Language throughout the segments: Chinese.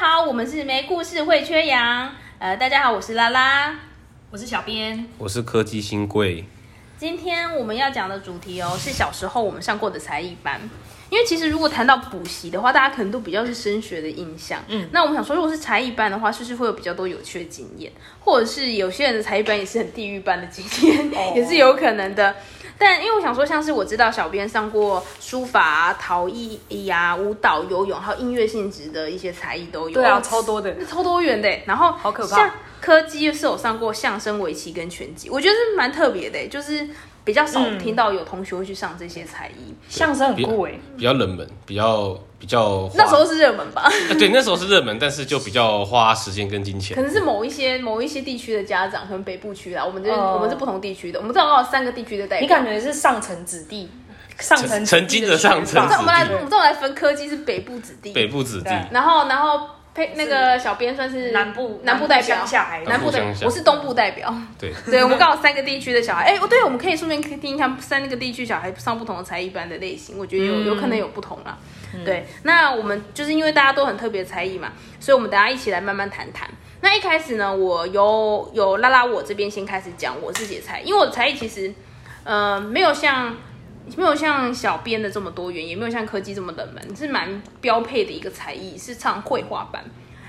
好，我们是没故事会缺氧。呃，大家好，我是拉拉。我是小编，我是科技新贵，今天我们要讲的主题哦，是小时候我们上过的才艺班。因为其实如果谈到补习的话，大家可能都比较是升学的印象。嗯，那我们想说，如果是才艺班的话，是不是会有比较多有趣的经验？或者是有些人的才艺班也是很地狱般的经验，哦也是有可能的。但因为我想说，像是我知道小编上过书法、啊、陶艺呀、啊、舞蹈、游泳，还有音乐性质的一些才艺都有。哦对啊，哇超多的。超多元的欸，然后好可怕像柯基是有上过相声、围棋跟拳击，我觉得是蛮特别的欸，就是比较少嗯听到有同学会去上这些才艺。相声很酷哎、比较冷门，比较比较花欸那时候是热门吧？ 啊对那时候是热门，但是就比较花时间跟金可钱。能是某一些某一些地区的家长，可能北部区啦，我们这边、哦我们是不同地区的，我们正好有三个地区的代表。你感觉是上层子弟，上层子弟曾经的上层学那霸我们来，子弟我们这种来分科技是北部子弟，北部子弟，对然后然后配那个小编算是南部南部代表，乡下孩子南部代南部乡下我是东部代表。对， 对，我们刚好三个地区的小孩，哎、哦，对，我们可以顺便听听看三个地区小孩上不同的才艺班的类型，我觉得有、有可能有不同啦。对，那我们就是因为大家都很特别的才艺嘛，所以我们等一下一起来慢慢谈谈。那一开始呢，我有有拉拉我这边先开始讲我自己的才艺，因为我的才艺其实，呃，没有像没有像小编的这么多元，也没有像科技这么冷门，是蛮标配的一个才艺，是唱绘画班。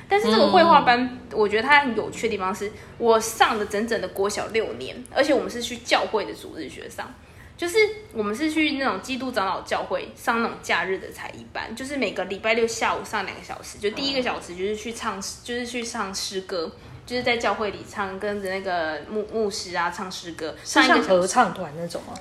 但是这个绘画班，我觉得它很有趣的地方是，我上了整整的国小六年，而且我们是去教会的主日学上，就是我们是去那种基督长老教会上那种假日的才艺班，就是每个礼拜六下午上两个小时，就第一个小时就是去唱，就是去唱诗歌，就是在教会里唱，跟着那个牧牧师啊唱诗歌，上是一个像小合时，唱团那种吗？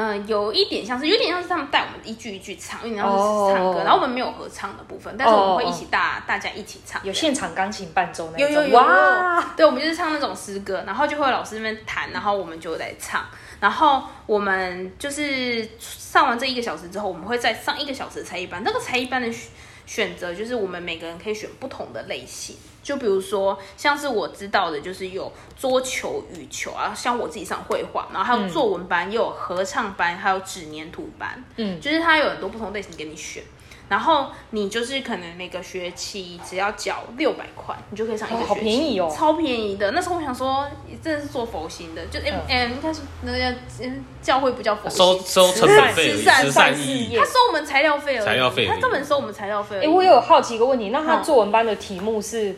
嗯、有一点像是，有点像是他们带我们一句一句唱，有点像哦是唱歌，然后我们没有合唱的部分，但是我们会一起大大家一起唱，有现场钢琴伴奏那哦有种，有有哇，对，我们就是唱那种诗歌，然后就会有老师那边弹，然后我们就来唱。然后我们就是上完这一个小时之后，我们会再上一个小时的才艺班。那个才艺班的选选择就是我们每个人可以选不同的类型，就比如说像是我知道的，就是有桌球、羽球啊，像我自己上绘画，然后还有作文班，又有合唱班，还有纸粘土班，嗯，就是它有很多不同类型给你选。然后你就是可能每个学期只要缴六百块，你就可以上一个学哦期，好便宜哦超便宜的。那时候我想说，真的是做佛心的，嗯就哎哎、应该是那个叫嗯教会不叫佛心，收收成本费而慈已，善慈慈善善意事义业他收我们材料费而已，材料费而已他根本收我们材料费而哎、已。我有好奇一个问题，那他作文班的题目是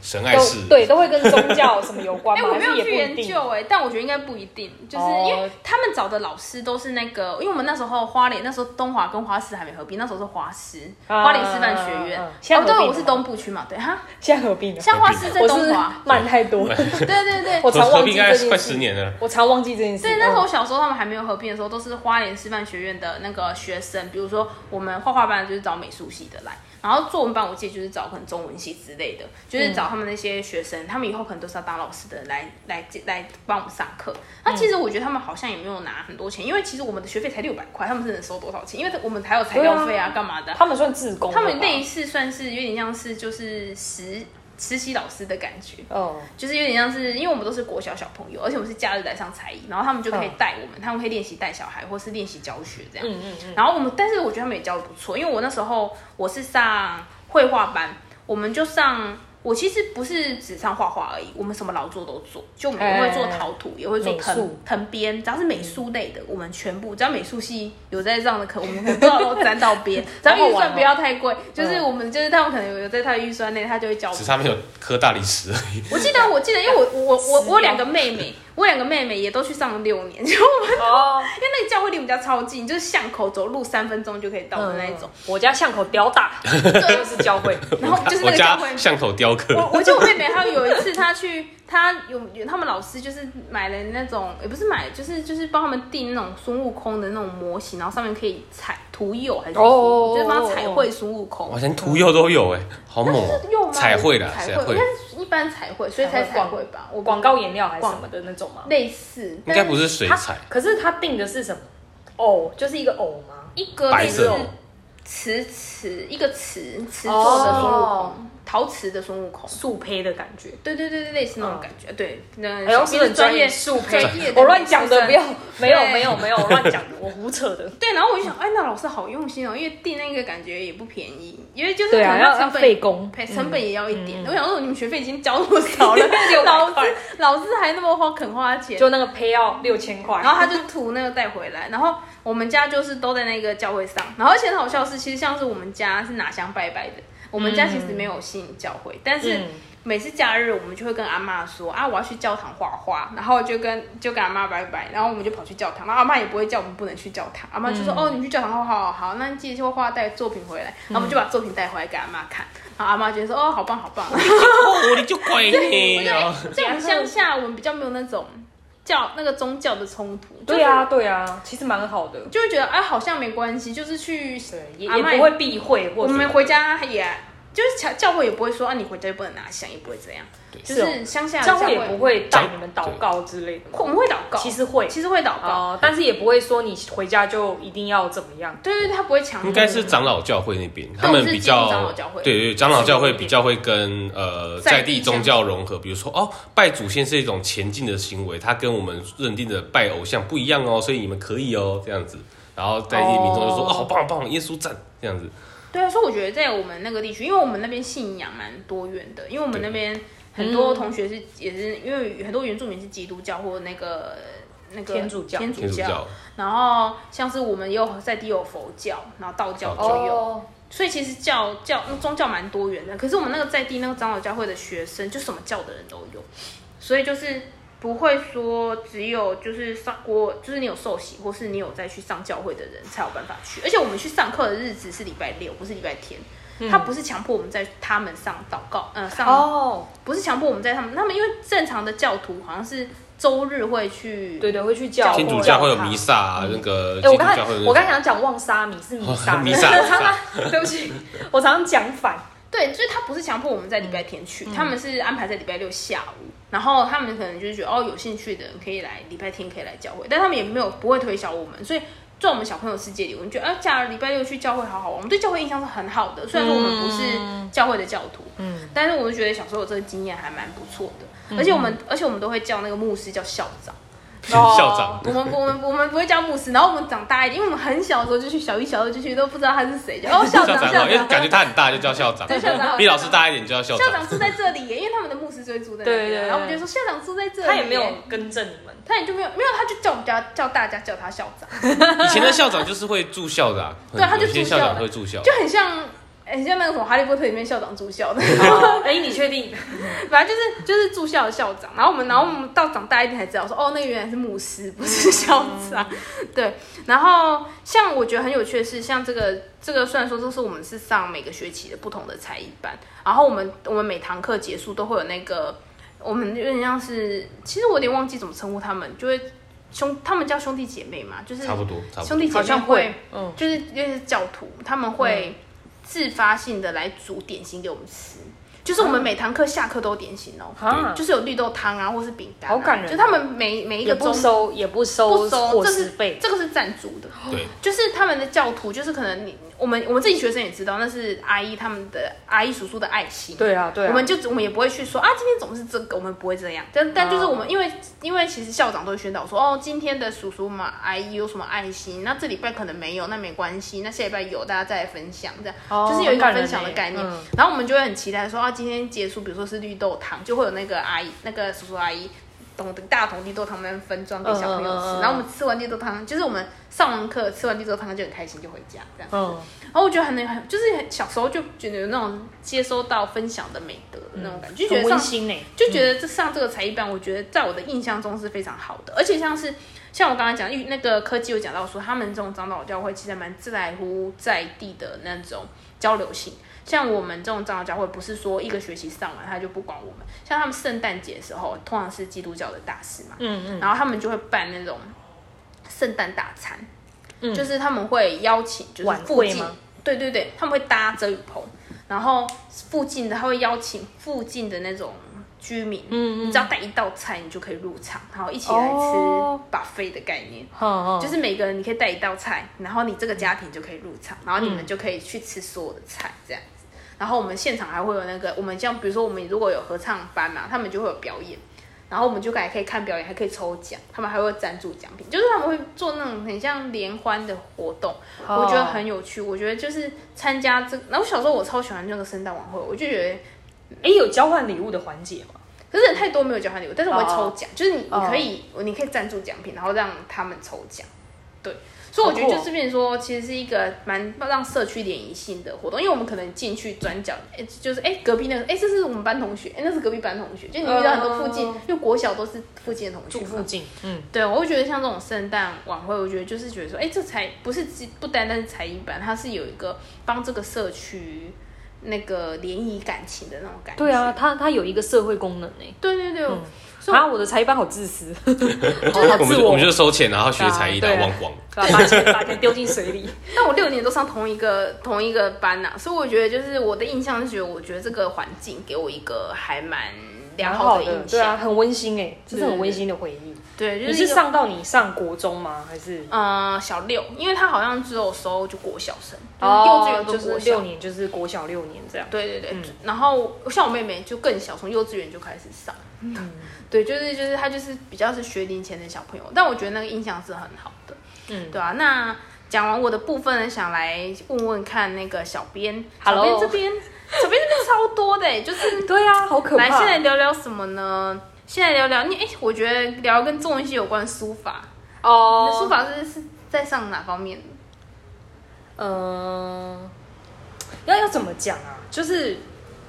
神爱都世，对，都会跟宗教什么有关 哎、吗？我还没是有去也不一研定？究哎、但我觉得应该不一定，就是哦因为他们找的老师都是那个，因为我们那时候花莲那时候东华跟花师还没合并，那时候是华师啊花莲师范学院。嗯嗯现在哦，对，合并了吗我是东部区嘛，对哈，现在合并了，像花师在我东是华，慢太多，对对对。 我合常合忘并记应这件该事。快十年了，我常忘记这件事。对，那时候嗯我小时候他们还没有合并的时候，都是花莲师范学院的那个学生，比如说我们画画班就是找美术系的来，然后作文班我记得就是找可能中文系之类的，嗯就是找他们那些学生，他们以后可能都是要当老师的来来来帮我们上课。嗯那其实我觉得他们好像也没有拿很多钱，因为其实我们的学费才六百块，他们是能收多少钱？因为我们还有材料费啊，干嘛的啊？他们算自工，他们类，似算是有点像是就是实实习老师的感觉，哦，就是有点像是，因为我们都是国小小朋友，而且我们是假日来上才艺，然后他们就可以带我们，他们可以练习带小孩，或是练习教学这样。嗯嗯嗯嗯，然后我们，但是我觉得他们也教的不错，因为我那时候我是上绘画班，我们就上。我其实不是只上画画而已，我们什么劳作都做，就我们也会做陶土，也会做美藤术藤编，只要是美术类的，我们全部只要美术系有在上的嗯课，我们可能都要沾到 边，只要哦预算不要太贵，嗯就是我们就是他们可能有有在他的预算内，他就会教我们只差没有科大历史而已。我记得，我记得，因为我我我我有死掉两个妹妹，我有两个妹妹也都去上了六年， 就我们哦，因为那个教会离我们家超近，就是巷口走路三分钟就可以到的那一种。嗯。我家巷口屌打，就是教会。然后 就是我那个教会哦家，巷口雕刻，我我记得我妹妹她有一次她去，她有有他们老师就是买了那种，也不是买，就是就是帮他们订那种孙悟空的那种模型，然后上面可以彩涂釉还是什么哦就是帮他彩绘孙悟空哇，。连图釉都有哎，好猛哦 用吗！彩绘啦，彩彩绘，绘应该，是一般彩绘，所以才彩彩绘绘吧。我广告颜料还是什么的那种吗？类似，应但该不是水他彩，可是他定的是什么？藕，就是一个藕吗？一个白类似色瓷瓷一个瓷瓷做的孙悟空，哦陶瓷的孙悟空。素胚的感觉。对对对对，类似那种感觉。对，那哎呦，小是编很的专专业业素胚专业，我乱讲的，不不要要。，没有对没有没有，我乱讲的，我胡扯 的。对，然后我就想，哎，那老师好用心哦，因为订那个感觉也不便宜，因为就是对可啊能要它成要本费工嗯赔成本也要一点。我想说，你们学费已经交多 少 了？老师老师还那么花肯花钱，就那个胚要六千块，然后他就涂那个带回来，然后我们家就是都在那个教会上。然后而且很好笑的是，其实像是我们家是拿香拜拜的，我们家其实没有信教会，但是嗯每次假日我们就会跟阿妈说啊，我要去教堂画画，然后就跟就跟阿妈拜拜，然后我们就跑去教堂，然后阿妈也不会叫我们不能去教堂，阿妈就说、嗯哦，你们去教堂画画哦，好，那你记得去画画带作品回来，然后我们就嗯把作品带回来给阿妈看，然后阿妈就说哦，好棒好棒，哦，你就怪你哦。 这样乡下我们比较没有那种教那个宗教的冲突，对啊对啊，其实蛮好的，就会觉得哎、好像没关系，就是去对，也阿也嬷不会避讳或我者们回家也就是教教会也不会说啊，你回家就不能拿香，也不会这样，就是是哦乡下的教会会也不，会带你们祷告之类的。我们会祷告，其实会其实会祷告，哦，但是也不会说你回家就一定要怎么样。对对对，他不会强迫，应该是长老教会那边，他我们们是比基督长较老教会对对，长老教会比较会跟呃在地在地宗教融合，比如说哦，拜祖先是一种前进的行为，它跟我们认定的拜偶像不一样哦，所以你们可以哦这样子。然后在地民众就说哦哦，好棒好棒，耶稣赞这样子。对啊，所以我觉得在我们那个地区，因为我们那边信仰蛮多元的，因为我们那边很多同学嗯是、也是因为很多原住民是基督教或那个那个天主教天天主主教，哦教然后像是我们也有在地有佛教，然后道教道教也有。，所以其实教教宗教蛮多元的，可是我们那个在地那个长老教会的学生，就什么教的人都有，所以就是不会说只有就是上过，就是你有受洗或是你有再去上教会的人才有办法去，而且我们去上课的日子是礼拜六，不是礼拜天。他不是强迫我们在他们上祷告，呃，上、哦，不是强迫我们在他们，他们因为正常的教徒好像是周日会去，对对，会去教天天主教会有弥撒。撒啊，那个基哎，督我刚才教会有那我刚才想种讲望沙弥是弥撒，弥撒我常常对不起，我常常讲反。对，所以他不是强迫我们在礼拜天去，他们是安排在礼拜六下午，然后他们可能就是觉得哦，有兴趣的人可以来礼拜天可以来教会，但他们也没有不会推销我们，所以在我们小朋友世界里，我们觉得啊，假如礼拜六去教会好好玩，我们对教会印象是很好的，虽然说我们不是教会的教徒，嗯，但是我们觉得小时候有这个经验还蛮不错的，而且我们而且我们都会叫那个牧师叫校 长。哦 校长我们我们我们不会叫牧师，然后我们长大一点，因为我们很小的时候就去小一、小二就去，都不知道他是谁，就哦校长校好因为长，哎感觉他很大就叫校长对校长，比老师大一点就叫校校长。长住在这里耶，因为他们的牧师就会住在那里啊。对对对然后我们就说校长住在这里，他也没有，更正你们，他也就没有没有，他就叫我们家叫大家叫他校长，以前的校长就是会住校的啊，对他就有些住校校长的会住校就。很像很像那个什么《哈利波特》里面校长住校的，哦 哎，你确定？ 反正就是就是住校的校长。然后我们然后我们到长大一点才知道说，哦，那个原来是牧师，不是校长。嗯 对，然后像我觉得很有趣的是，像这个这个虽然说都是我们是上每个学期的不同的才艺班，然后我们我们每堂课结束都会有那个，我们有点像是，其实我有点忘记怎么称呼他们，就会兄他们叫兄弟姐妹嘛，就是差不多，差不兄多。弟姐好妹像会会，，嗯，就是因为是教徒，他们会自发性的来煮点心给我们吃，就是嗯我们每堂课下课都有点心哦。啊，就是有绿豆汤啊，或是饼干啊、好感人哦就他们每每一也个周不收，也不收不收，伙这食是费，这个是赞助的，对，就是他们的教徒，就是可能你我们我们自己学生也知道，那是阿姨他们的阿姨叔叔的爱心。对啊，对啊，我们就我们也不会去说啊，今天总是这个，我们不会这样。但但就是我们，因为因为其实校长都会宣导说，哦，今天的叔叔嘛阿姨有什么爱心，那这礼拜可能没有，那没关系，那下礼拜有，大家再来分享，这样、哦就是有一很个感人分享的欸概念。嗯然后我们就会很期待说，啊，今天结束，比如说是绿豆汤，就会有那个阿姨那个叔叔阿姨。懂得大桶绿豆汤，那边分装给小朋友吃，嗯嗯嗯嗯然后我们吃完绿豆汤，就是我们上完课吃完绿豆汤就很开心，就回家这样。嗯，然后我觉得很很就是很小时候就觉得有那种接收到分享的美德的那种感觉，就觉很得温上馨欸呢。就觉得这上这个才艺班，我觉得在我的印象中是非常好的，而且像是像我刚刚讲，因为那个科技有讲到说，他们这种长老教会其实还蛮在乎在地的那种交流性。像我们这种长老教会，不是说一个学期上完他就不管我们，像他们圣诞节的时候，通常是基督教的大事嘛，嗯嗯，然后他们就会办那种圣诞大餐，就是他们会邀请就是嗯晚附会近吗，对对对，他们会搭遮雨棚，然后附近的他会邀请附近的那种居民，嗯你只要带一道菜，你就可以入场，然后一起来吃哦 buffet 的概念。嗯就是每个人你可以带一道菜，然后你这个家庭就可以入场，然后你嗯们就可以去吃所有的菜这样子。然后我们现场还会有那个，我们像比如说我们如果有合唱班嘛，他们就会有表演，然后我们就还可以看表演，还可以抽奖，他们还会赞助奖品，就是他们会做那种很像联欢的活动，哦我觉得很有趣。我觉得就是参加这，然后小时候我超喜欢那个圣诞晚会，我就觉得哎，有交换礼物的环节吗？可是人太多没有交换礼物，但是我会抽奖就是你哦你可以、你可以赞助奖品，然后让他们抽奖。对，所以我觉得好酷哦就是变成说，其实是一个蛮让社区联谊性的活动，因为我们可能进去转角，哎、就是哎、隔壁那个，哎、这是我们班同学，哎、那是隔壁班同学，就你遇到很多附近，哦因为国小都是附近的同学住嘛，附近，嗯，对，我会觉得像这种圣诞晚会，我觉得就是觉得说，哎，这才不是只不单单是才艺班，它是有一个帮这个社区那个联谊感情的那种感觉。对啊，，它它有一个社会功能诶。对对对，所以啊，我的才艺班好自 私，好哦我自们就我我们，就收钱，然后学才艺，对啊然对后啊忘光。对吧把钱把钱丢进水里。但我六年都上同一个同一个班呐、所以我觉得就是我的印象是觉得，我觉得这个环境给我一个还蛮良好的印象。对啊，很温馨哎，这是对很温馨的回忆。对，就你是一个是上到你上国中吗？还是呃小六，因为他好像只有收就国小生，就是幼稚园哦就跟是国六小。年，就是国小六年这样。对对对，然后像我妹妹就更小，从幼稚园就开始上。嗯对，就是就是她就是比较是学龄前的小朋友，但我觉得那个印象是很好的。嗯对啊，那讲完我的部分呢，想来问问看那个小编，小 Hello 编这边，小编这边超多的、欸，就是对啊，好可怕。来，现在聊聊什么呢？现在聊聊你，哎、我觉得聊跟中文系有关的书法，你的书哦，法是是在上哪方面？嗯，要要怎么讲啊？就是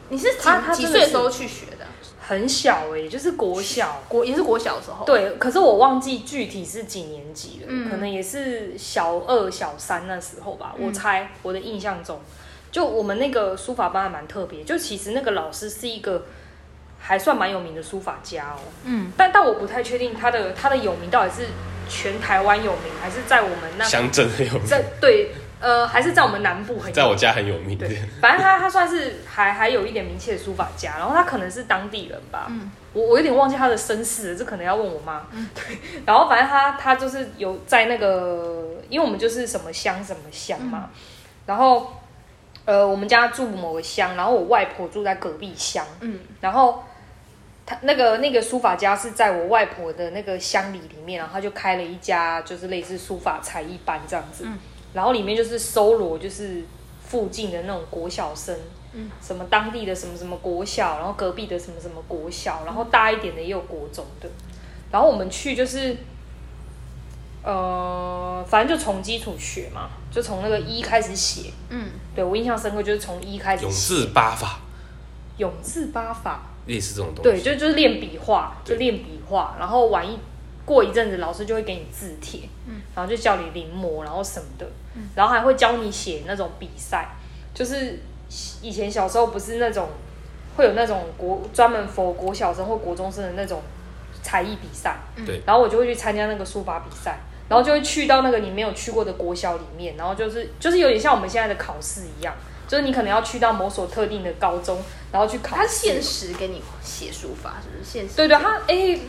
你是几他他几真的岁的是时候去学的？很小哎，就是国小。国也是国小的时候。，对，可是我忘记具体是几年级了，嗯嗯可能也是小二、小三那时候吧，我猜我的印象中，就我们那个书法班还蛮特别，就其实那个老师是一个还算蛮有名的书法家哦，嗯，但但我不太确定他的他的有名到底是全台湾有名，还是在我们那乡镇很有名，在对呃，还是在我们南部很有在我名家很有名。 对，反正他他算是还还有一点名气的书法家，然后他可能是当地人吧，嗯我我有点忘记他的身世了，这可能要问我妈。对，然后反正他他就是有在那个，因为我们就是什么乡什么乡嘛，嗯然后呃我们家住某个乡，然后我外婆住在隔壁乡，嗯，然后他那个那个书法家是在我外婆的那个乡里里面，然后他就开了一家就是类似书法才艺班这样子，嗯然后里面就是搜罗就是附近的那种国小生，嗯什么当地的什么什么国小，然后隔壁的什么什么国小，然后大一点的也有国中的，然后我们去就是。呃，反正就从基础学嘛，就从那个一开始写。嗯，对我印象深刻，就是从一开始永写世八法永字八法，类似这种东对，西，就就是练笔画，就对练笔画，然后晚一过一阵子，老师就会给你字帖，然后就叫你临摹，然后什么的，然后还会教你写那种比赛，就是以前小时候不是那种会有那种国专门佛国小生或国中生的那种才艺比赛，对然后我就会去参加那个书法比赛。然后就会去到那个你没有去过的国小里面，然后就是就是有点像我们现在的考试一样，就是你可能要去到某所特定的高中，然后去考试。他限时给你写书法，是不是限时？对对，他哎、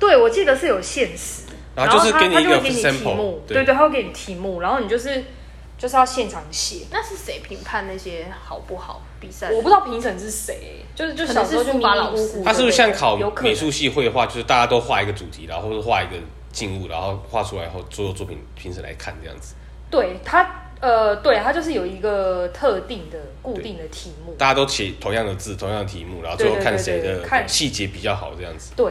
对我记得是有限时，然啊后就是他给你他一就个会给你题 sample，目，对对对，他会给你题目，然后你就是就是要现场写。那是谁评判那些好不好比赛？我不知道评审是谁，就是就可能小时候是就书迷法迷老糊师糊的。它是不是像考有可能美术系绘画，就是大家都画一个主题，然后或者画一个静物，然后画出来后，所有作品评审来看这样子，对他呃，对他就是有一个特定的固定的题目。大家都写同样的字、同样的题目，然后最后对对看对谁对的看细节比较好这样子。对，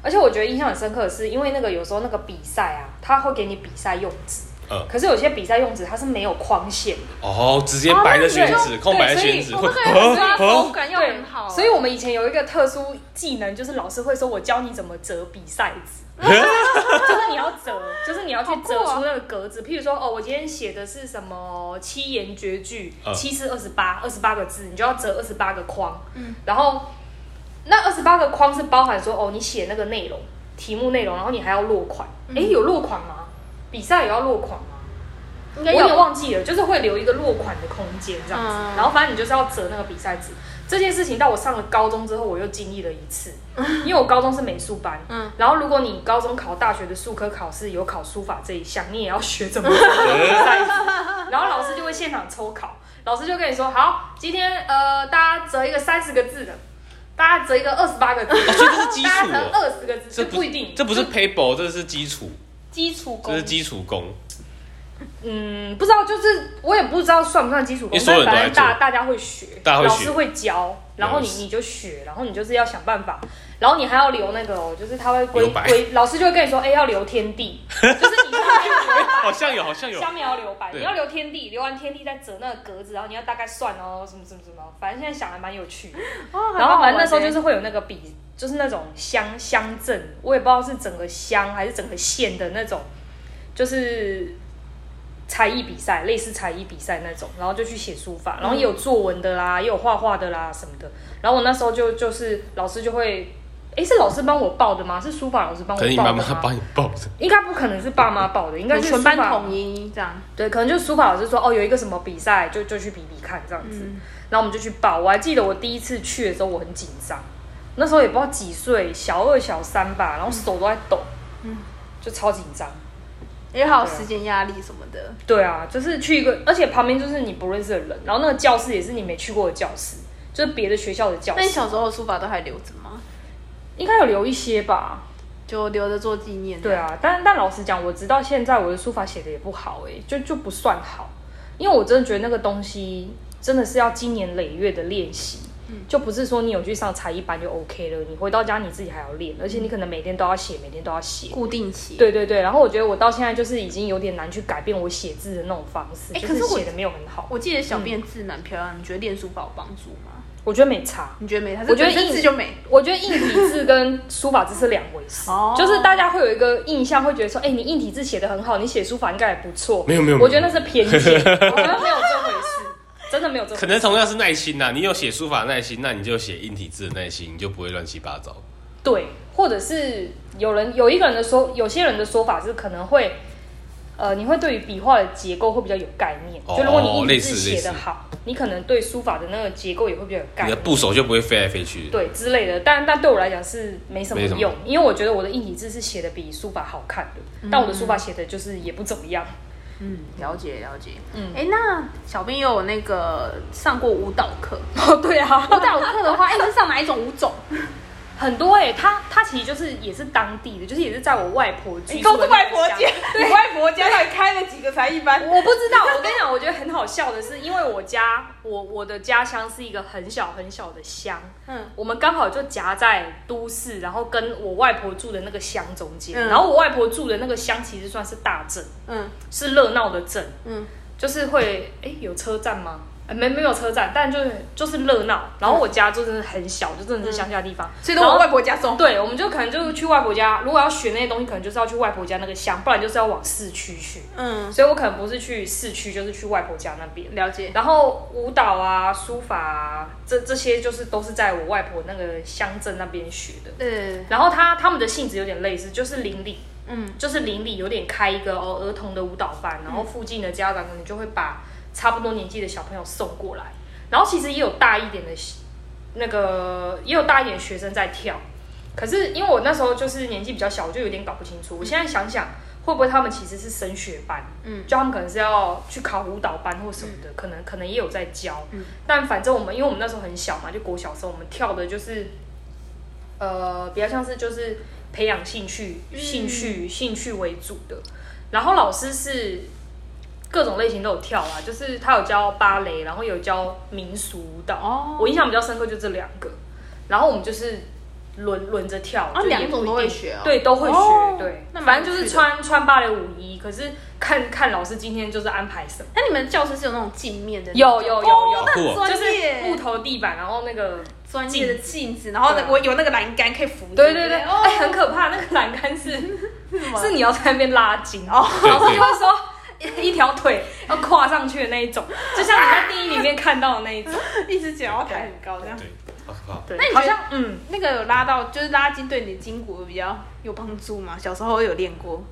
而且我觉得印象很深刻的是，因为那个有时候那个比赛啊，他会给你比赛用纸，嗯，可是有些比赛用纸它是没有框线的。哦，直接白的选哦那址，你就空白的选对址所我会 们对很抓啊手啊，感要哦对，很好，欸所以我们以前有一个特殊技能，就是老师会说我教你怎么折比赛 纸。 哎就是你要折，就是你要去好酷折哦出那个格子。譬如说，哦，我今天写的是什么七言绝句，嗯七是二十八，二十八个字，你就要折二十八个框。嗯，然后那二十八个框是包含说，哦，你写那个内容，嗯题目内容，然后你还要落款。哎、有落款吗？比赛也要落款吗？应我该有点有忘记了，就是会留一个落款的空间这样子。嗯然后反正你就是要折那个比赛纸。这件事情到我上了高中之后，我又经历了一次，因为我高中是美术班，嗯然后如果你高中考大学的术科考试有考书法这一项，你也要学怎么折比赛纸， 然后老师就会现场抽考，老师就跟你说，好，今天呃大家折一个三十个字的，大家折一个二十八个字，哦，所以这是基大家础折哦，二十个字，这这不一定，这不是就 paper，这是基础，基础这功是。基础 功。嗯，不知道，就是我也不知道算不算基础因功，为所有但人反正都在做大大家会学，大家会老学师会教，然后你了解你就学，然后你就是要想办法，然后你还要留那个哦，就是他会规留白规，老师就会跟你说，哎、要留天地， 就是你哎好像有，好 像有。下面要留白，对你要留天地，留完天地再折那个格子，然后你要大概算哦，什么什么什么，反正现在想还蛮有趣的。哦，然后反正那时候就是是会有那个比，就是那种乡乡镇，我也不知道是整个乡还是整个县的那种，就是才艺比赛，类似才艺比赛那种，然后就去写书嗯法，然后也有作文的啦，也有画画的啦什么的。然后我那时候就就是老师就会，诶，是老师帮我报的吗？是书法老师帮我可能你报妈的妈吗？帮你报的，应该不可能是爸妈报的，应该你是全班书法统一这样。对，可能就是书法老师说哦，有一个什么比赛，就就去比比看这样子。嗯然后我们就去报。我还记得我第一次去的时候，我很紧张，那时候也不知道几岁，小二小三吧，然后手都在抖，嗯就超紧张。也好啊时间压力什么的，对啊，就是去一个，而且旁边就是你不认识的人，然后那个教室也是你没去过的教室，就是别的学校的教那你室，小时候的书法都还留着吗？应该有留一些吧。就留着做纪念。对，啊，但但老实讲，我直到现在我的书法写的也不好、欸，就就不算好，因为我真的觉得那个东西真的是要经年累月的练习，嗯就不是说你有去上才艺班就 OK 了，你回到家你自己还要练，而嗯且你可能每天都要写，每天都要写。固定期。，对对对，然后我觉得我到现在就是已经有点难去改变我写字的那种方式，欸就可是我写的没有很好，我记得小便字蛮漂亮，你觉得练书法有帮助吗？我觉得没差。你觉得美？还是我觉得本身硬字就美。我觉得硬体字跟书法字是两回事，哦就是大家会有一个印象，会觉得说，哎、你硬体字写的很好，你写书法应该也不错。没有没有没有我觉得那是偏 见，我觉得没有这回事，真的没有这回可事。能同样是耐心呐、你有写书法的耐心，那你就写硬体字的耐心，你就不会乱七八糟。对，或者是有人有一个人的说，有些人的说法是可能会，呃，你会对于笔画的结构会比较有概念，哦就如果你硬体类字似写的类似好，你可能对书法的那个结构也会比较有概你的念。部首就不会飞来飞去。对之类的，但但对我来讲是没什么没什么用，因为我觉得我的硬体字是写的比书法好看的，但我的书法写的就是也不怎么样。嗯，了解了解。嗯嗯，哎，那小便又有那个上过舞蹈 课，哦，对啊，舞蹈课的话，哎，你是上哪一种舞 种？很多哎、欸，他他其实就是也是当地的，就是也是在我外婆居住的那个乡你外婆家到底开了几个才艺班？ 我不知道，我跟你讲，我觉得很好笑的是，因为我家我我的家乡是一个很小很小的乡，嗯，我们刚好就夹在都市，然后跟我外婆住的那个乡中间，嗯然后我外婆住的那个乡其实算是大镇，嗯是热闹的镇，嗯，就是会哎、诶有车站吗？呃没没有车站，但就是就是热闹。然后我家就真的很小，就真的是乡下地方，所以都往然外后婆家送。对，我们就可能就去外婆家。如果要学那些东西，可能就是要去外婆家那个乡，不然就是要往市区去。嗯，所以我可能不是去市区，就是去外婆家那边。了解。然后舞蹈啊、书法啊，这这些就是都是在我外婆那个乡镇那边学的。呃，然后他他们的性质有点类似，就是邻里嗯就是邻里有点开一个哦儿童的舞蹈班，然后附近的家长可能就会把差不多年纪的小朋友送过来，然后其实也有大一点的，那个也有大一点的学生在跳，可是因为我那时候就是年纪比较小，我就有点搞不清楚。我现在想想，会不会他们其实是升学班？嗯就他们可能是要去考舞蹈班或什么的，可能可能也有在教。嗯但反正我们因为我们那时候很小嘛，就国小时候我们跳的就是，呃，比较像是就是培养兴趣、嗯兴趣、兴趣为主的。然后老师是各种类型都有跳啊，就是他有教芭蕾，然后有教民俗舞蹈。哦我印象比较深刻就这两个。然后我们就是轮轮着跳，啊就也两种不一都会定学哦对，都会学，哦对，那蛮反有正就是趣的穿穿芭蕾舞衣，可是看看老师今天就是安排什么，那你们教室是有那种镜面的那有种？有有好有，酷哦！专就是业木头地板，然后那个。专业的镜子，然后对啊我有那个栏杆可以扶着。对对对，哎、哦，很可怕，那个栏 杆是吗是你要在那边拉紧哦，对老师对就会说一一条腿要跨上去的那一种，就像你在电影里面看到的那一种。一只脚要抬很高这样。对，好可怕。对那你觉好得像嗯，那个有拉到，就是拉筋对你的筋骨有比较有帮助吗？小时候有练过，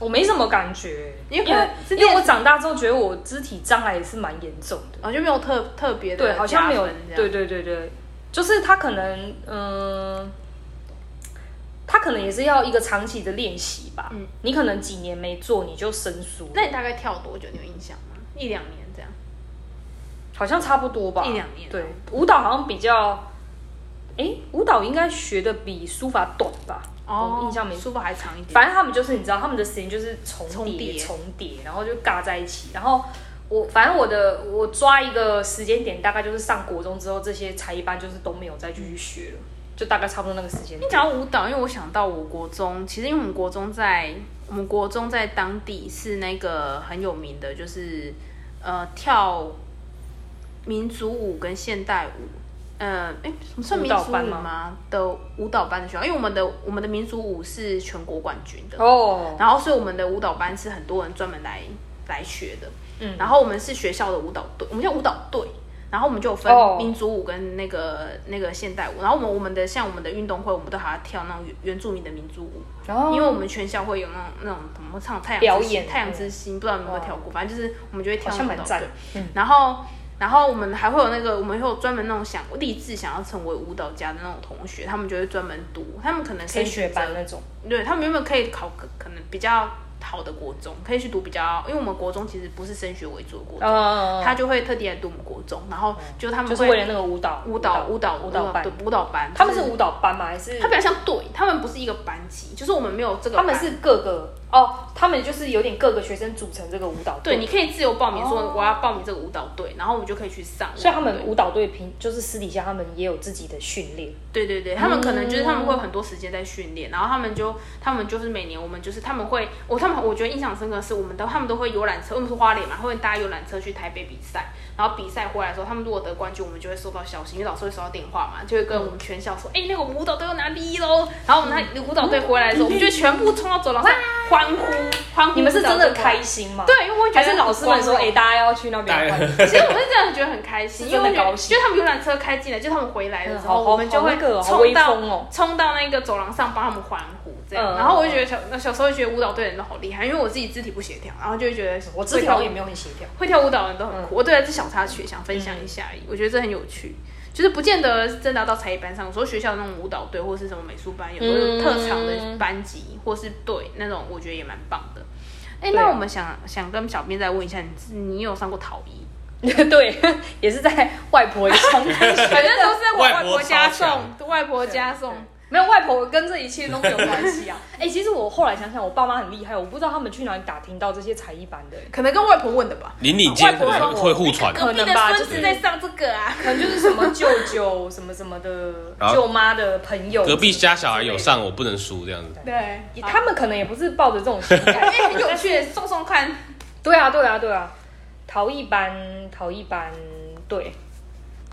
我没什么感觉，因为可因为能是因为我练习长大之后觉得我肢体障碍也是蛮严重的，哦，就没有特特别的对，好像没有加分，这样对对对对，就是他可能，嗯，他可能也是要一个长期的练习吧。嗯你可能几年没做，你就生疏了，那你大概跳多久？你有印象吗？一两年这样？好像差不多吧，一两年哦对，舞蹈好像比较，哎，舞蹈应该学的比书法短吧？哦我印象没书法还长一点。反正他们就是你知道，他们的时间就是重重叠、叠重叠，然后就尬在一起。然后我反正我的我抓一个时间点，大概就是上国中之后，这些才艺班就是都没有再继续学了，就大概差不多那个时间你点。讲到舞蹈，因为我想到我国中，其实因为我们国中在我们国中在当地是那个很有名的，就是呃跳民族舞跟现代舞。呃，哎，什么算民族舞蹈班舞吗吗？的舞蹈班的学校，因为我们的我们的民族舞是全国冠军的，哦，然后所以我们的舞蹈班是很多人专门来来学的，嗯然后我们是学校的舞蹈队，我们叫舞蹈队，然后我们就有分哦民族舞跟那个那个现代舞，然后我们我们的像我们的运动会，我们都还要跳那种原原住民的民族舞，然后因为我们全校会有那种那种什么唱太阳哦表之星演太阳之星，不知道你们有没有哇跳过，反正就是我们就会跳那好像种舞蛮蹈赞队，嗯然后。然后我们还会有那个，我们会有专门那种想立志想要成为舞蹈家的那种同学，他们就会专门读，他们可能可以升学选择班那种，对他们原本可以考可可能比较好的国中，可以去读比较，因为我们国中其实不是升学为主的国中，嗯，他就会特地来读我们国中，然后就他们就是会为了那个舞蹈舞蹈舞蹈舞蹈班对，舞蹈班，他们是就是舞蹈班吗？还是他比较像队，他们不是一个班级，就是我们没有这个他班，们是各个哦，他们就是有点各个学生组成这个舞蹈队，对，你可以自由报名说哦我要报名这个舞蹈队，然后我们就可以去上舞蹈队，所以他们舞蹈队平就是私底下他们也有自己的训练。对对对，他们可能就是他们会有很多时间在训哦练，然后他们就他们就是每年我们就是他们会，我、他们我觉得印象深刻的是我们都他们都会游览车，我们是花莲嘛，会搭游览车去台北比赛，然后比赛回来的时候，他们如果得冠军，我们就会收到消息，因为老师会收到电话嘛，就会跟我们全校嗯说，哎、那个舞蹈队又拿第一喽，哦然后我们那舞蹈队回来的时候，我们就全部冲到走廊上欢呼欢呼，你们是真的开开心吗？，对，因为我会觉还得是老师们说，哎、哎。大家要去那大边家玩？ 其实我是真的觉得很开心，是因为真的我觉得高兴就他们游览车开进来，就他们回来的时嗯候，好好我们就好会那个哦好冲威到风哦冲到那个走廊上帮他们欢呼这样。嗯然后我就觉得小那小时候就觉得舞蹈队的人都好厉害，因为我自己肢体不协调，然后就会觉得我会肢体跳好像也没有嗯很协调。会跳舞蹈的人都很酷。我嗯对了，这小插曲想分享一下而已，我觉得这很有嗯趣。就是不见得真的要到才艺班上，有时候学校那种舞蹈队或是什么美术班，有时候有特长的班级、或是队那种，我觉得也蛮棒的。哎、对那啊我们想想跟小编再问一下，你你有上过陶艺吗？ 对，也是在外婆 家， 反正都是在我外婆家外送，外婆家送。没有外婆跟这一切都没有关系啊。 哎、其实我后来想想，我爸妈很厉害，我不知道他们去哪里打听到这些才艺班的、可能跟外婆问的吧，邻里间可外能婆会互传，隔壁可的能吧孙子在上这个啊。可能就是什么舅舅什么什么的然后舅妈的朋友，隔壁家小孩有上，我不能输这样子。对，也他们可能也不是抱着这种心哎态。很有 趣，送送看。对啊，对啊，对啊，陶艺班，陶艺班，对。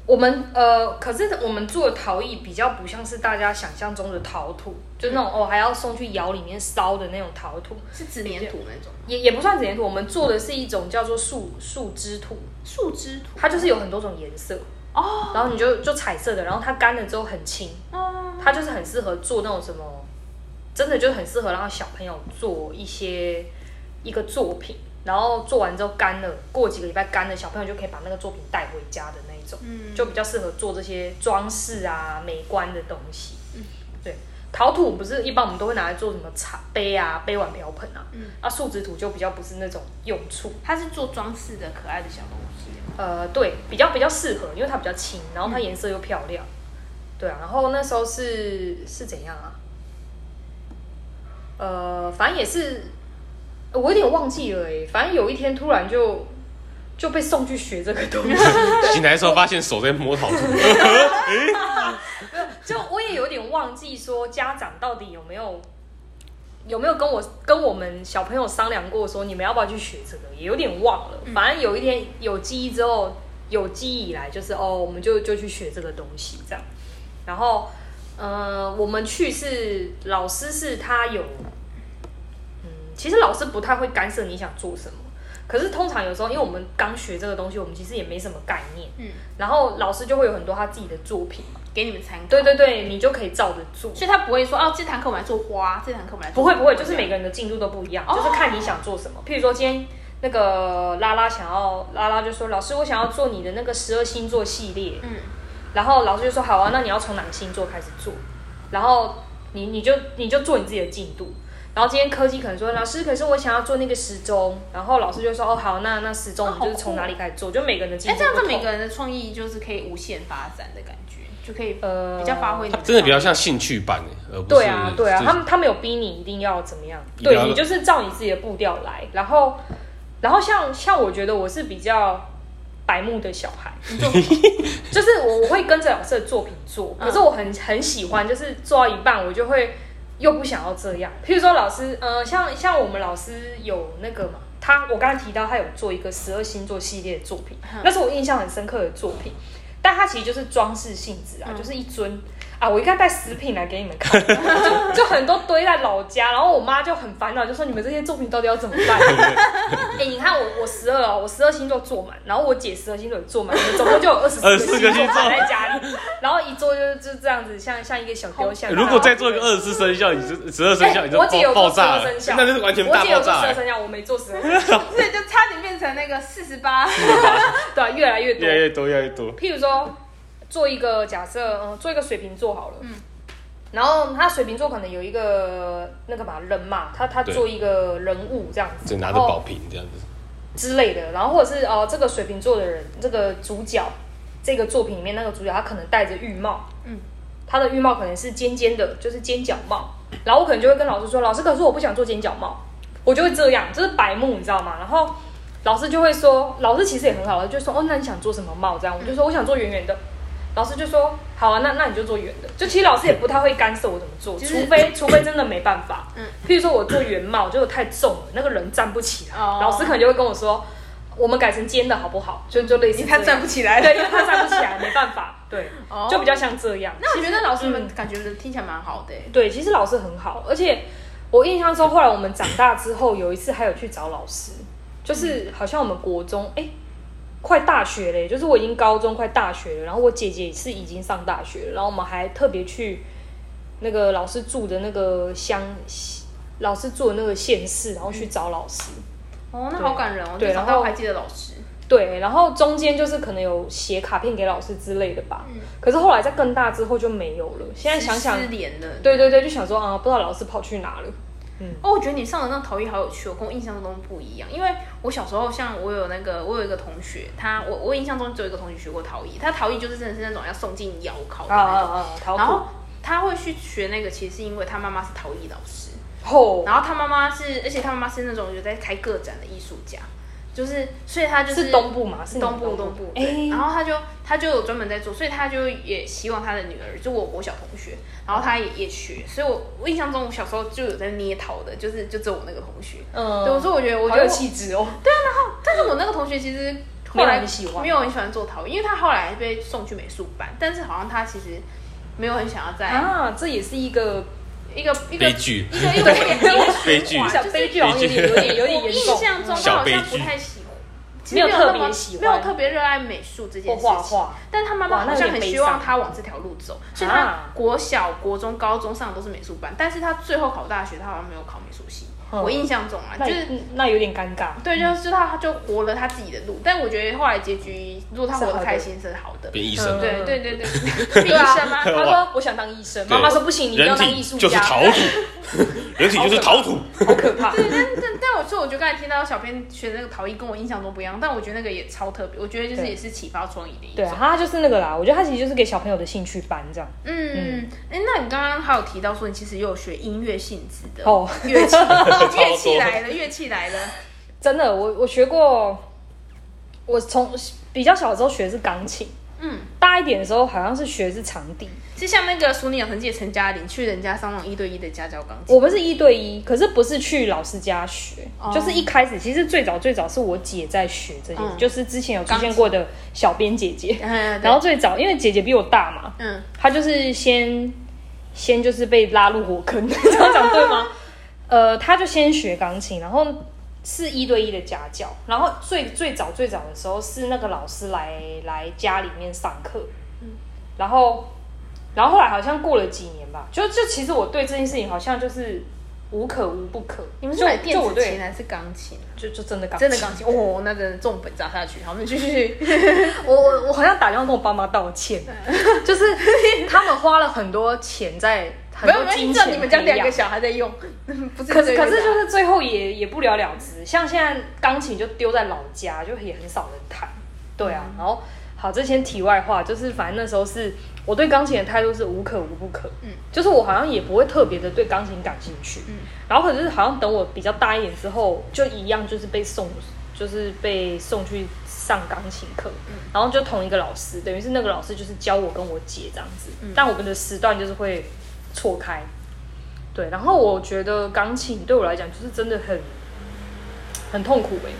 我们呃，可是我们做的陶艺比较不像是大家想象中的陶土，就那种哦还要送去窑里面烧的那种陶土，是纸粘土那种也也不算纸粘土。我们做的是一种叫做树树枝土，树枝土它就是有很多种颜色，哦然后你就就彩色的，然后它干了之后很轻，哦，它就是很适合做那种什么，真的就很适合让小朋友做一些一个作品，然后做完之后干了，过几个礼拜干了，小朋友就可以把那个作品带回家的那一种，嗯就比较适合做这些装饰啊、美观的东西。嗯对，陶土不是一般我们都会拿来做什么茶杯啊、杯碗瓢盆啊，嗯啊树脂土就比较不是那种用处。它是做装饰的可爱的小东西。呃，对，比较比较适合，因为它比较轻，然后它颜色又漂亮。对啊，然后那时候是是怎样啊？呃，反正也是，呃我有点忘记了哎。反正有一天突然就就被送去学这个东西，醒来的时候发现手在摸陶土，就我也有点忘记说家长到底有没有有没有跟我跟我们小朋友商量过说你们要不要去学这个，也有点忘了。反正有一天有记忆之后，有记忆以来就是哦，我们就就去学这个东西这样。然后，呃，我们去是老师是他有，嗯，其实老师不太会干涉你想做什么。可是通常有时候，因为我们刚学这个东西，我们其实也没什么概念，嗯，然后老师就会有很多他自己的作品嘛，给你们参考。对对对，你就可以照着做。所以他不会说哦，这堂课我们来做花，这堂课我们来做不会不会，就是每个人的进度都不一样，哦就是看你想做什么。譬如说今天那个拉拉想要，拉拉就说老师，我想要做你的那个十二星座系列。嗯，然后老师就说好啊，那你要从哪个星座开始做？然后你你就你就做你自己的进度。然后今天科技可能说老师，可是我想要做那个时钟。然后老师就说哦好，那那时钟我哦们就是好从酷哪里开始做？就每个人的进哎，度不这同。样子每个人的创意就是可以无限发展的感觉，就可以呃比较发挥你它们 真的比较创意像兴趣班欸而不是对啊，对啊，自他们他们有逼你一定要怎么样？一定要对你就是照你自己的步调来，然后然后像像我觉得我是比较白目的小孩， 就是我我会跟着老师的作品做，嗯可是我很很喜欢，就是做到一半我就会又不想要这样。譬如说老师，呃，像像我们老师有那个嘛，他我刚刚提到他有做一个十二星座系列的作品嗯，那是我印象很深刻的作品。但它其实就是装饰性质啊，嗯就是一尊啊，我应该带食品来给你们看，就就很多堆在老家，然后我妈就很烦恼，就说你们这些作品到底要怎么 办？哎、你看我我十二哦，我十二星座坐满，然后我姐十二星座也坐满，总共就有二十24个星座在家里，然后一坐就就这样子，像像一个小雕像。如果再做一个二十四生肖，你就十二生肖，哎你就我姐有做爆爆十炸二了生，肖，那就是完全我大姐有爆做炸十二欸。生肖，我没做十二， 所以就差点变成那个四十 八，对啊、越来越多越来。越多，越来越多。譬如说，做一个假设，嗯，做一个水瓶座好了，然后他水瓶座可能有一个那个嘛人嘛，他他对做一个人物这样子，就拿着然后宝瓶这样子，哦之类的，然后或者是哦，这个水瓶座的人，这个主角，这个作品里面那个主角，他可能戴着浴帽，嗯，他的浴帽可能是尖尖的，就是尖角帽，然后我可能就会跟老师说，老师，可是我不想做尖角帽，我就会这样，就是白目，你知道吗？然后老师就会说，老师其实也很好，他就说，哦，那你想做什么帽？嗯这样，我就说我想做圆圆的。老师就说：“好啊，那那你就做圆的。”就其实老师也不太会干涉我怎么做，就是除非除非真的没办法。嗯譬如说我做圆帽，就是太重了，那个人站不起来。哦老师可能就会跟我说，我们改成尖的好不好？就就类似他这站样不起来了。对，因为他站不起来，没办法，对，哦就比较像这样。那我觉得老师们嗯感觉听起来蛮好的欸，对，其实老师很好，而且我印象中，后来我们长大之后，有一次还有去找老师，就是好像我们国中，哎、快大学嘞，就是我已经高中快大学了，然后我姐姐是已经上大学了，然后我们还特别去那个老师住的那个乡，老师住的那个县市，然后去找老师。哦，那对好感人哦。对至少然后他还记得老师，对，然后中间就是可能有写卡片给老师之类的吧，嗯可是后来在更大之后就没有了。现在想想失，联了。对对对，就想说啊，不知道老师跑去哪了。哦，我觉得你上的那个陶艺好有趣哦，跟我印象中不一样。因为我小时候，像我有那个，我有一个同学，他我我印象中只有一个同学学过陶艺，他陶艺就是真的是那种要送进窑烤的啊啊那种。啊！逃然跑后他会去学那个，其实是因为他妈妈是陶艺老师，后然后他妈妈是，而且他妈妈是那种有在开个展的艺术家，就是所以他就是东部嘛，是你们东部东部，对，哎，然后他就他就有专门在做，所以他就也希望他的女儿，就我国小同学，然后他也也学，所以我我印象中我小时候就有在捏陶的，就是就只有我那个同学，嗯，对，我说我觉得我觉好得有我，气质哦，但是我那个同学其实后没有来很喜欢没有很喜欢做陶艺，因为他后来被送去美术班，但是好像他其实没有很想要在啊，这也是一个一个一个悲剧一个一个一个 悲剧哇小就是悲剧，好像有点有点有点我严印重。象中他小好悲像剧不太喜欢，其实没有没有特那别么喜没有欢特别热爱美术这件或事画情。画，但他妈妈哇那好有像点很悲希望伤他往这条路走，所以啊他国小、国中、高中上的都是美术班，但是他最后考大学，他好像没有考美术系。嗯我印象中啊，那就是那有点尴尬。对，就是他他就活了他自己的路，但我觉得后来结局，如果他活是好得的开心是好嗯的。变医生了，对对对 对，医对啊生吗？他说我想当医生，对妈妈说不行，你一定要人当艺体术就是家，陶土， 人体就是陶土，好可怕。但但但我说，我就刚才听到小编学的那个陶艺，跟我印象中不一样，但我觉得那个也超特别，我觉得就是对也是启发创意的一 对种。啊，他就是那个啦，我觉得他其实就是给小朋友的兴趣班这样。嗯，哎、那你刚刚还有提到说，你其实也有学音乐性质的哦乐 器，乐器多来了，乐器来了，真的，我我学过，我从比较小的时候学的是钢琴，嗯。大一点的时候好像是学的是长笛。是像那个《熟女养成记》的陈嘉玲去人家上那种一对一的家教钢琴，我们是一对一，可是不是去老师家学，哦就是一开始其实最早最早是我姐在学这件事，嗯就是之前有出现过的小编姐姐。嗯，对然后最早因为姐姐比我大嘛，嗯，她就是先先就是被拉入火坑， 这样讲对吗？呃，她就先学钢琴，然后是一对一的家教，然后最最早最早的时候是那个老师来来家里面上课，然后然后后来好像过了几年吧，就就其实我对这件事情好像就是无可无不可。你们是就买电就我子琴对还是钢琴？就就真的钢真的钢琴哦，那真的重本砸下去。好，我们继续。我我我好像打电话跟我爸妈道歉，嗯就是他们花了很多钱在很没有多没有，金你知道钱你们家两培个养小孩在用， 不是？可是可是就是最后也也不了了之，像现在钢琴就丢在老家，就也很少人弹。对啊，嗯然后好，这先题外话，就是反正那时候是我对钢琴的态度是无可无不可，嗯，就是我好像也不会特别的对钢琴感兴趣，嗯，然后可是好像等我比较大一点之后，就一样就是被送，就是被送去上钢琴课，嗯然后就同一个老师，等于是那个老师就是教我跟我姐这样子，嗯但我们的时段就是会错开，对，然后我觉得钢琴对我来讲就是真的很很痛苦哎、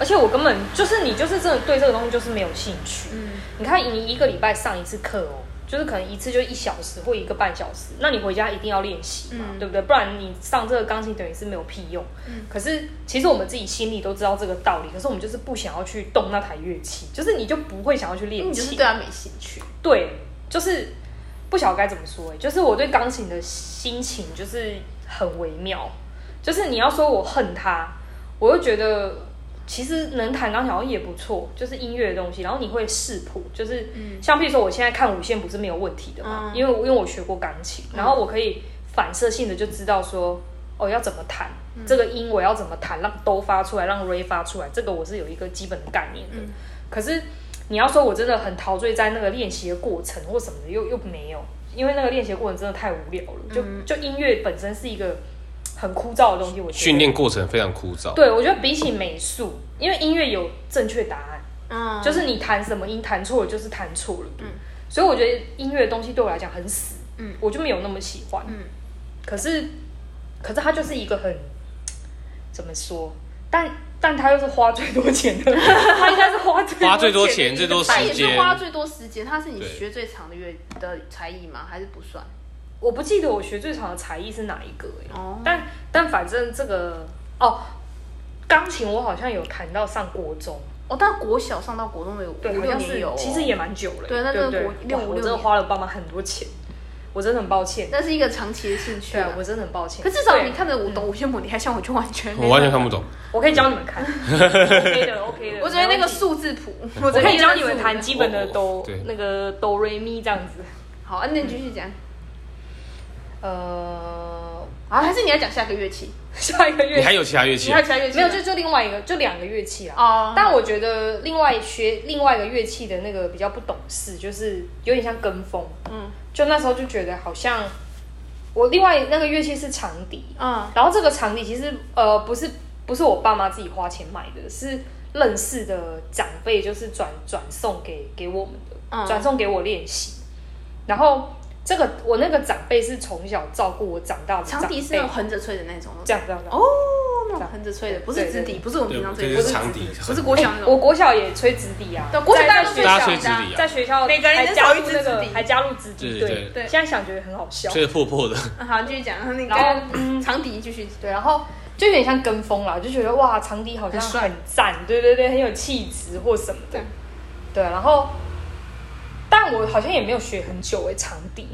而且我根本就是你就是真的对这个东西就是没有兴趣。嗯你看你一个礼拜上一次课哦，就是可能一次就一小时或一个半小时，那你回家一定要练习嘛，嗯对不对？不然你上这个钢琴等于是没有屁用。可是其实我们自己心里都知道这个道理，可是我们就是不想要去动那台乐器，就是你就不会想要去练你琴。嗯就是对他没兴趣。对，就是不晓得该怎么说、欸，就是我对钢琴的心情就是很微妙，就是你要说我恨它，我又觉得其实能弹钢琴好像也不错，就是音乐的东西，然后你会视谱，就是嗯像譬如说我现在看五线谱是没有问题的嘛，嗯因为我因为我学过钢琴，然后我可以反射性的就知道说哦要怎么弹。嗯这个音我要怎么弹，让哆发出来，让 re 发出来，这个我是有一个基本的概念嗯的。可是你要说我真的很陶醉在那个练习的过程或什么的，又又没有，因为那个练习的过程真的太无聊了。就、嗯就音乐本身是一个很枯燥的东西，我觉得训。练过程非常枯燥。对，我觉得比起美术，因为音乐有正确答案，嗯，就是你弹什么音弹错了就是弹错了。所以我觉得音乐的东西对我来讲很死，嗯我就没有那么喜欢。嗯可是，可是它就是一个很怎么说？但但它又是花最多钱的， 它应该是花最花最多钱的一钱最个多他时也间是花最多时间，他是你对学最长的乐的才艺吗？还是不算？我不记得我学最长的才艺是哪一个哎、哦但但反正这个哦，钢琴我好像有弹到上国中，哦，但国小上到国中有对，五好六像年是有哦，其实也蛮久了欸、对那真对的不国对六哇五我六真的年花了爸妈很多钱，我真的很抱歉，那是一个长期的兴趣对啊。啊，我真的很抱歉。可至少对你看着我懂五线谱，你还像我就完全没我完全看不懂，我可以教你们 看，OK 的 OK 的，我觉得那没个问题。嗯数字谱，我我可以教你们弹琴。基本的哆对，那个哆瑞咪这样子。好，啊那你继续讲嗯呃， 啊，还是你要讲下个乐器？下一个你乐还器有其他乐器啊你还？有其他乐器没吗？有，就就另外一个，就两个乐器啦。哦，但我觉得另外学另外一个乐器的那个比较不懂事，就是有点像跟风。嗯就那时候就觉得好像我另外那个乐器是长笛，嗯然后这个长笛其实呃不是不是我爸妈自己花钱买的，是认识的长辈就是转转送给给我们的，嗯转送给我练习。然后这个我那个长辈是从小照顾我长大的长笛是那辈种横着吹的那种这样这样这样哦，那种横着吹的，不是直笛，不是我们对平常，吹这的，不就是是长笛，不是国小那哎我种。国小也吹直笛啊，对，国小在大家都在吹学大家小吹的啊直笛啊在学校每个人还加入至那少一支个纸，还加入自己，对对对现在想觉得很好笑。吹得破破的。嗯好，你继续讲，你然后刚嗯，长笛继续。对，然后就有点像跟风啦，就觉得哇，长笛好像很帅很赞，对对对，很有气质或什么的对。对，然后，但我好像也没有学很久诶、长笛。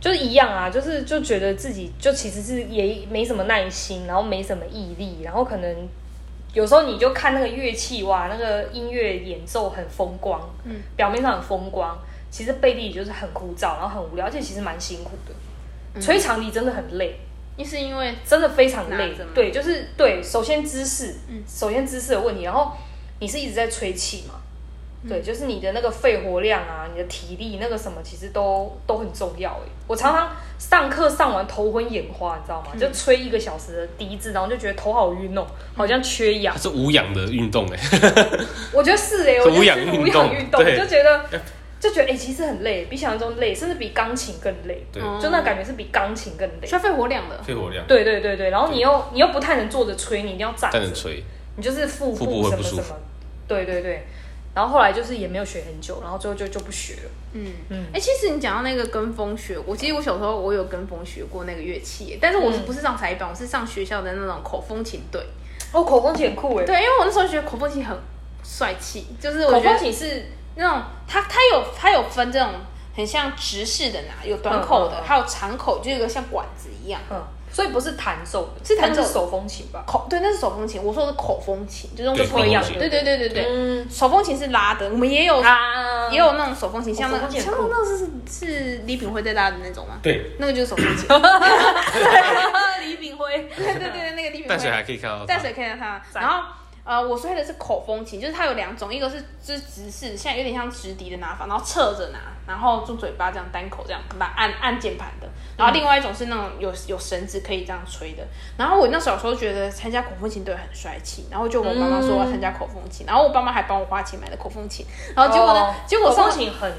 就是一样啊，就是就觉得自己就其实是也没什么耐心，然后没什么毅力，然后可能有时候你就看那个乐器哇，那个音乐演奏很风光，嗯，表面上很风光，其实背地里就是很枯燥，然后很无聊，而且其实蛮辛苦嗯的。吹长笛真的很累，你是因为真的非常累拿着吗。对，就是对，首先姿势，嗯首先姿势的问题，然后你是一直在吹气嘛？嗯对，就是你的那个肺活量啊，你的体力那个什么，其实都都很重要诶。我常常上课上完头昏眼花，你知嗯道吗？就吹一个小时的笛子，然后就觉得头好晕哦，好像缺氧它。是无氧的运动哎、我觉得是诶，我是觉得无氧是运无氧动运动，对就觉得就觉得诶，欸其实很累，比想象中累，甚至比钢琴更累。对，嗯就那感觉是比钢琴更累需。要肺活量了。肺活量，对对对对，然后你又你又不太能坐着吹，你一定要站站着着吹，你就是腹腹部部会什不么舒什服么，对对对。然后后来就是也没有学很久，然后最后就就不学了。嗯嗯嗯，哎、其实你讲到那个跟风学，我其实我小时候我有跟风学过那个乐器耶，但是我是嗯不是上才艺班，我是上学校的那种口风琴队。哦，口风琴很酷哎，对，因为我那时候觉得口风欸琴很帅气，就是我口觉风得琴是那种它它有它有分这种很像直式的拿，有短口嗯的，嗯嗯还有长口，就有个像管子一样。嗯，所以不是弹奏的，是弹奏那手风琴吧？口对，那是手风琴，我说的是口风琴，就是那种对就不一样口风对琴对对对对，嗯手风琴是拉的，我们也有啊也 有那种手风琴，像那哦手个风琴像很酷那个是是李炳辉在拉的那种吗？对，那个就是手风 琴。李炳 辉，对对对，那个李炳淡水辉，还可以看到它，淡水可以看到他。赞然后呃，我吹的是口风琴，就是它有两种，一个是就是直式，像有点像直笛的拿法，然后侧着拿，然后用嘴巴这样单口这样拉按按键盘的。然嗯后另外一种是那种有有绳子可以这样吹的。然后我那小时候觉得参加口风琴队很帅气，然后就跟我爸妈说我要参加口风琴，然后我爸妈还帮我花钱买了口风琴。然后结果呢？哦结果手上风琴很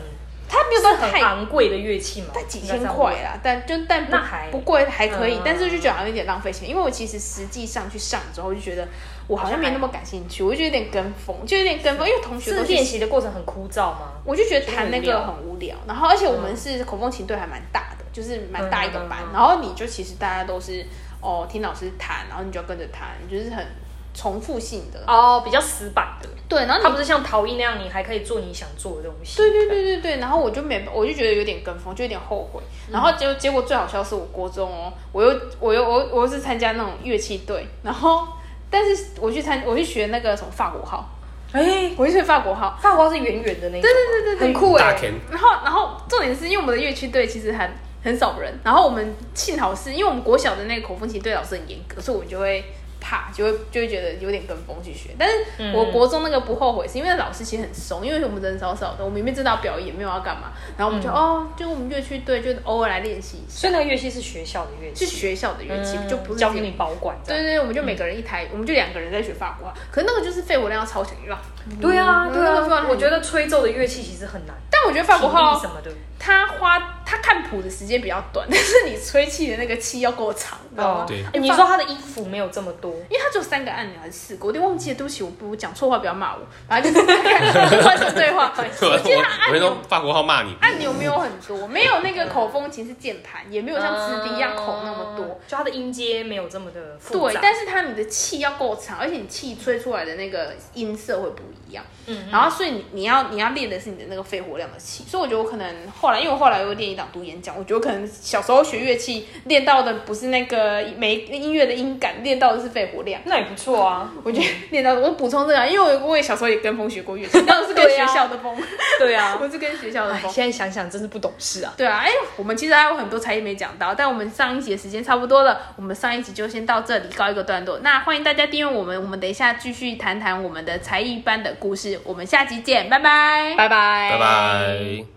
他没有到很太昂贵的乐器嘛，但几应该千这样块问啦，但就但不那还不贵，还可以，嗯但是就觉得好像有点浪费钱，因为我其实实际上去上之后，我就觉得我好像没那么感兴趣，我就有点跟风，就有点跟风，因为同学是都去练，习的过程很枯燥吗？我就觉得弹那就很个无聊很无聊，然后而且我们是口风琴队还蛮大的，就是蛮大一个班嗯嗯，嗯然后你就其实大家都是哦听老师弹，然后你就要跟着弹，就是很重复性的，哦，比较死板的，对，然后它你不是像陶艺那样，你还可以做你想做的东嗯西。对对对对对，然后我就没，我就觉得有点跟风，就有点后悔。嗯然后结果结果最好笑的是我国中哦，我又我又我又我又是参加那种乐器队，然后但是我去参我去学那个什么法国号，哎，我去学法国号，发花是圆圆的那对种，对对对对，很酷大哎。 Ken 然后，然后重点是因为我们的乐器队其实很很少人，然后我们幸好是因为我们国小的那个口风琴队老师很严格，所以我就会怕，就会就会觉得有点跟风去学。但嗯是我国中那个不后悔，是因为老师其实很松，因为我们人少少的，我们明明知道表演没有要干嘛，然后我们就、嗯哦，就我们乐器队就偶尔来练习一下，所以那个乐器是学校的乐器，是学校的乐器，嗯就不是交自给己你嗯保管的。对对对，我们就每个人一台，我们就两个人在学法国话，啊可是那个就是肺活量要超强，对吧？对啊，对那个非常啊，我觉得吹奏的乐器其实很难，但啊我觉得法国号体力什么的，他花他看谱的时间比较短， 但是你吹气的那个气要够长，你知道吗？对哎你说他的音符没有这么多，因为它只有三个按钮还是四个，我有点忘记了，对不起，我不我讲错话，不要骂我。反正就是 快速对话，我我记得它 我按会钮哎用法国号骂你，按钮没有很多，没有那个口风琴是键盘，也没有啊像直笛一样口那么多嗯。，就他的音阶没有这么的复对杂。，但是它你的气要够长，而且你气吹出来的那个音色会不一样。嗯然后所以你你要你要练的是你的那个肺活量的气，所以我觉得我可能后来，因为我后来又练一档读演讲，我觉得我可能小时候学乐器练到的不是那个没音乐的音感，练到的是肺活 量。那也不错啊，我觉得练到的我补充这个啊，因为我我也小时候也跟风学过乐器，但我是跟对学啊校的风，对啊 我是跟学校的哎风。现在想想真是不懂事啊。对啊，哎，我们其实还有很多才艺没讲到，但我们上一集的时间差不多了，我们上一集就先到这里告一个段落。那欢迎大家订阅我们，我们等一下继续谈谈我们的才艺班的故事，我们下集见，拜拜，拜拜，拜拜。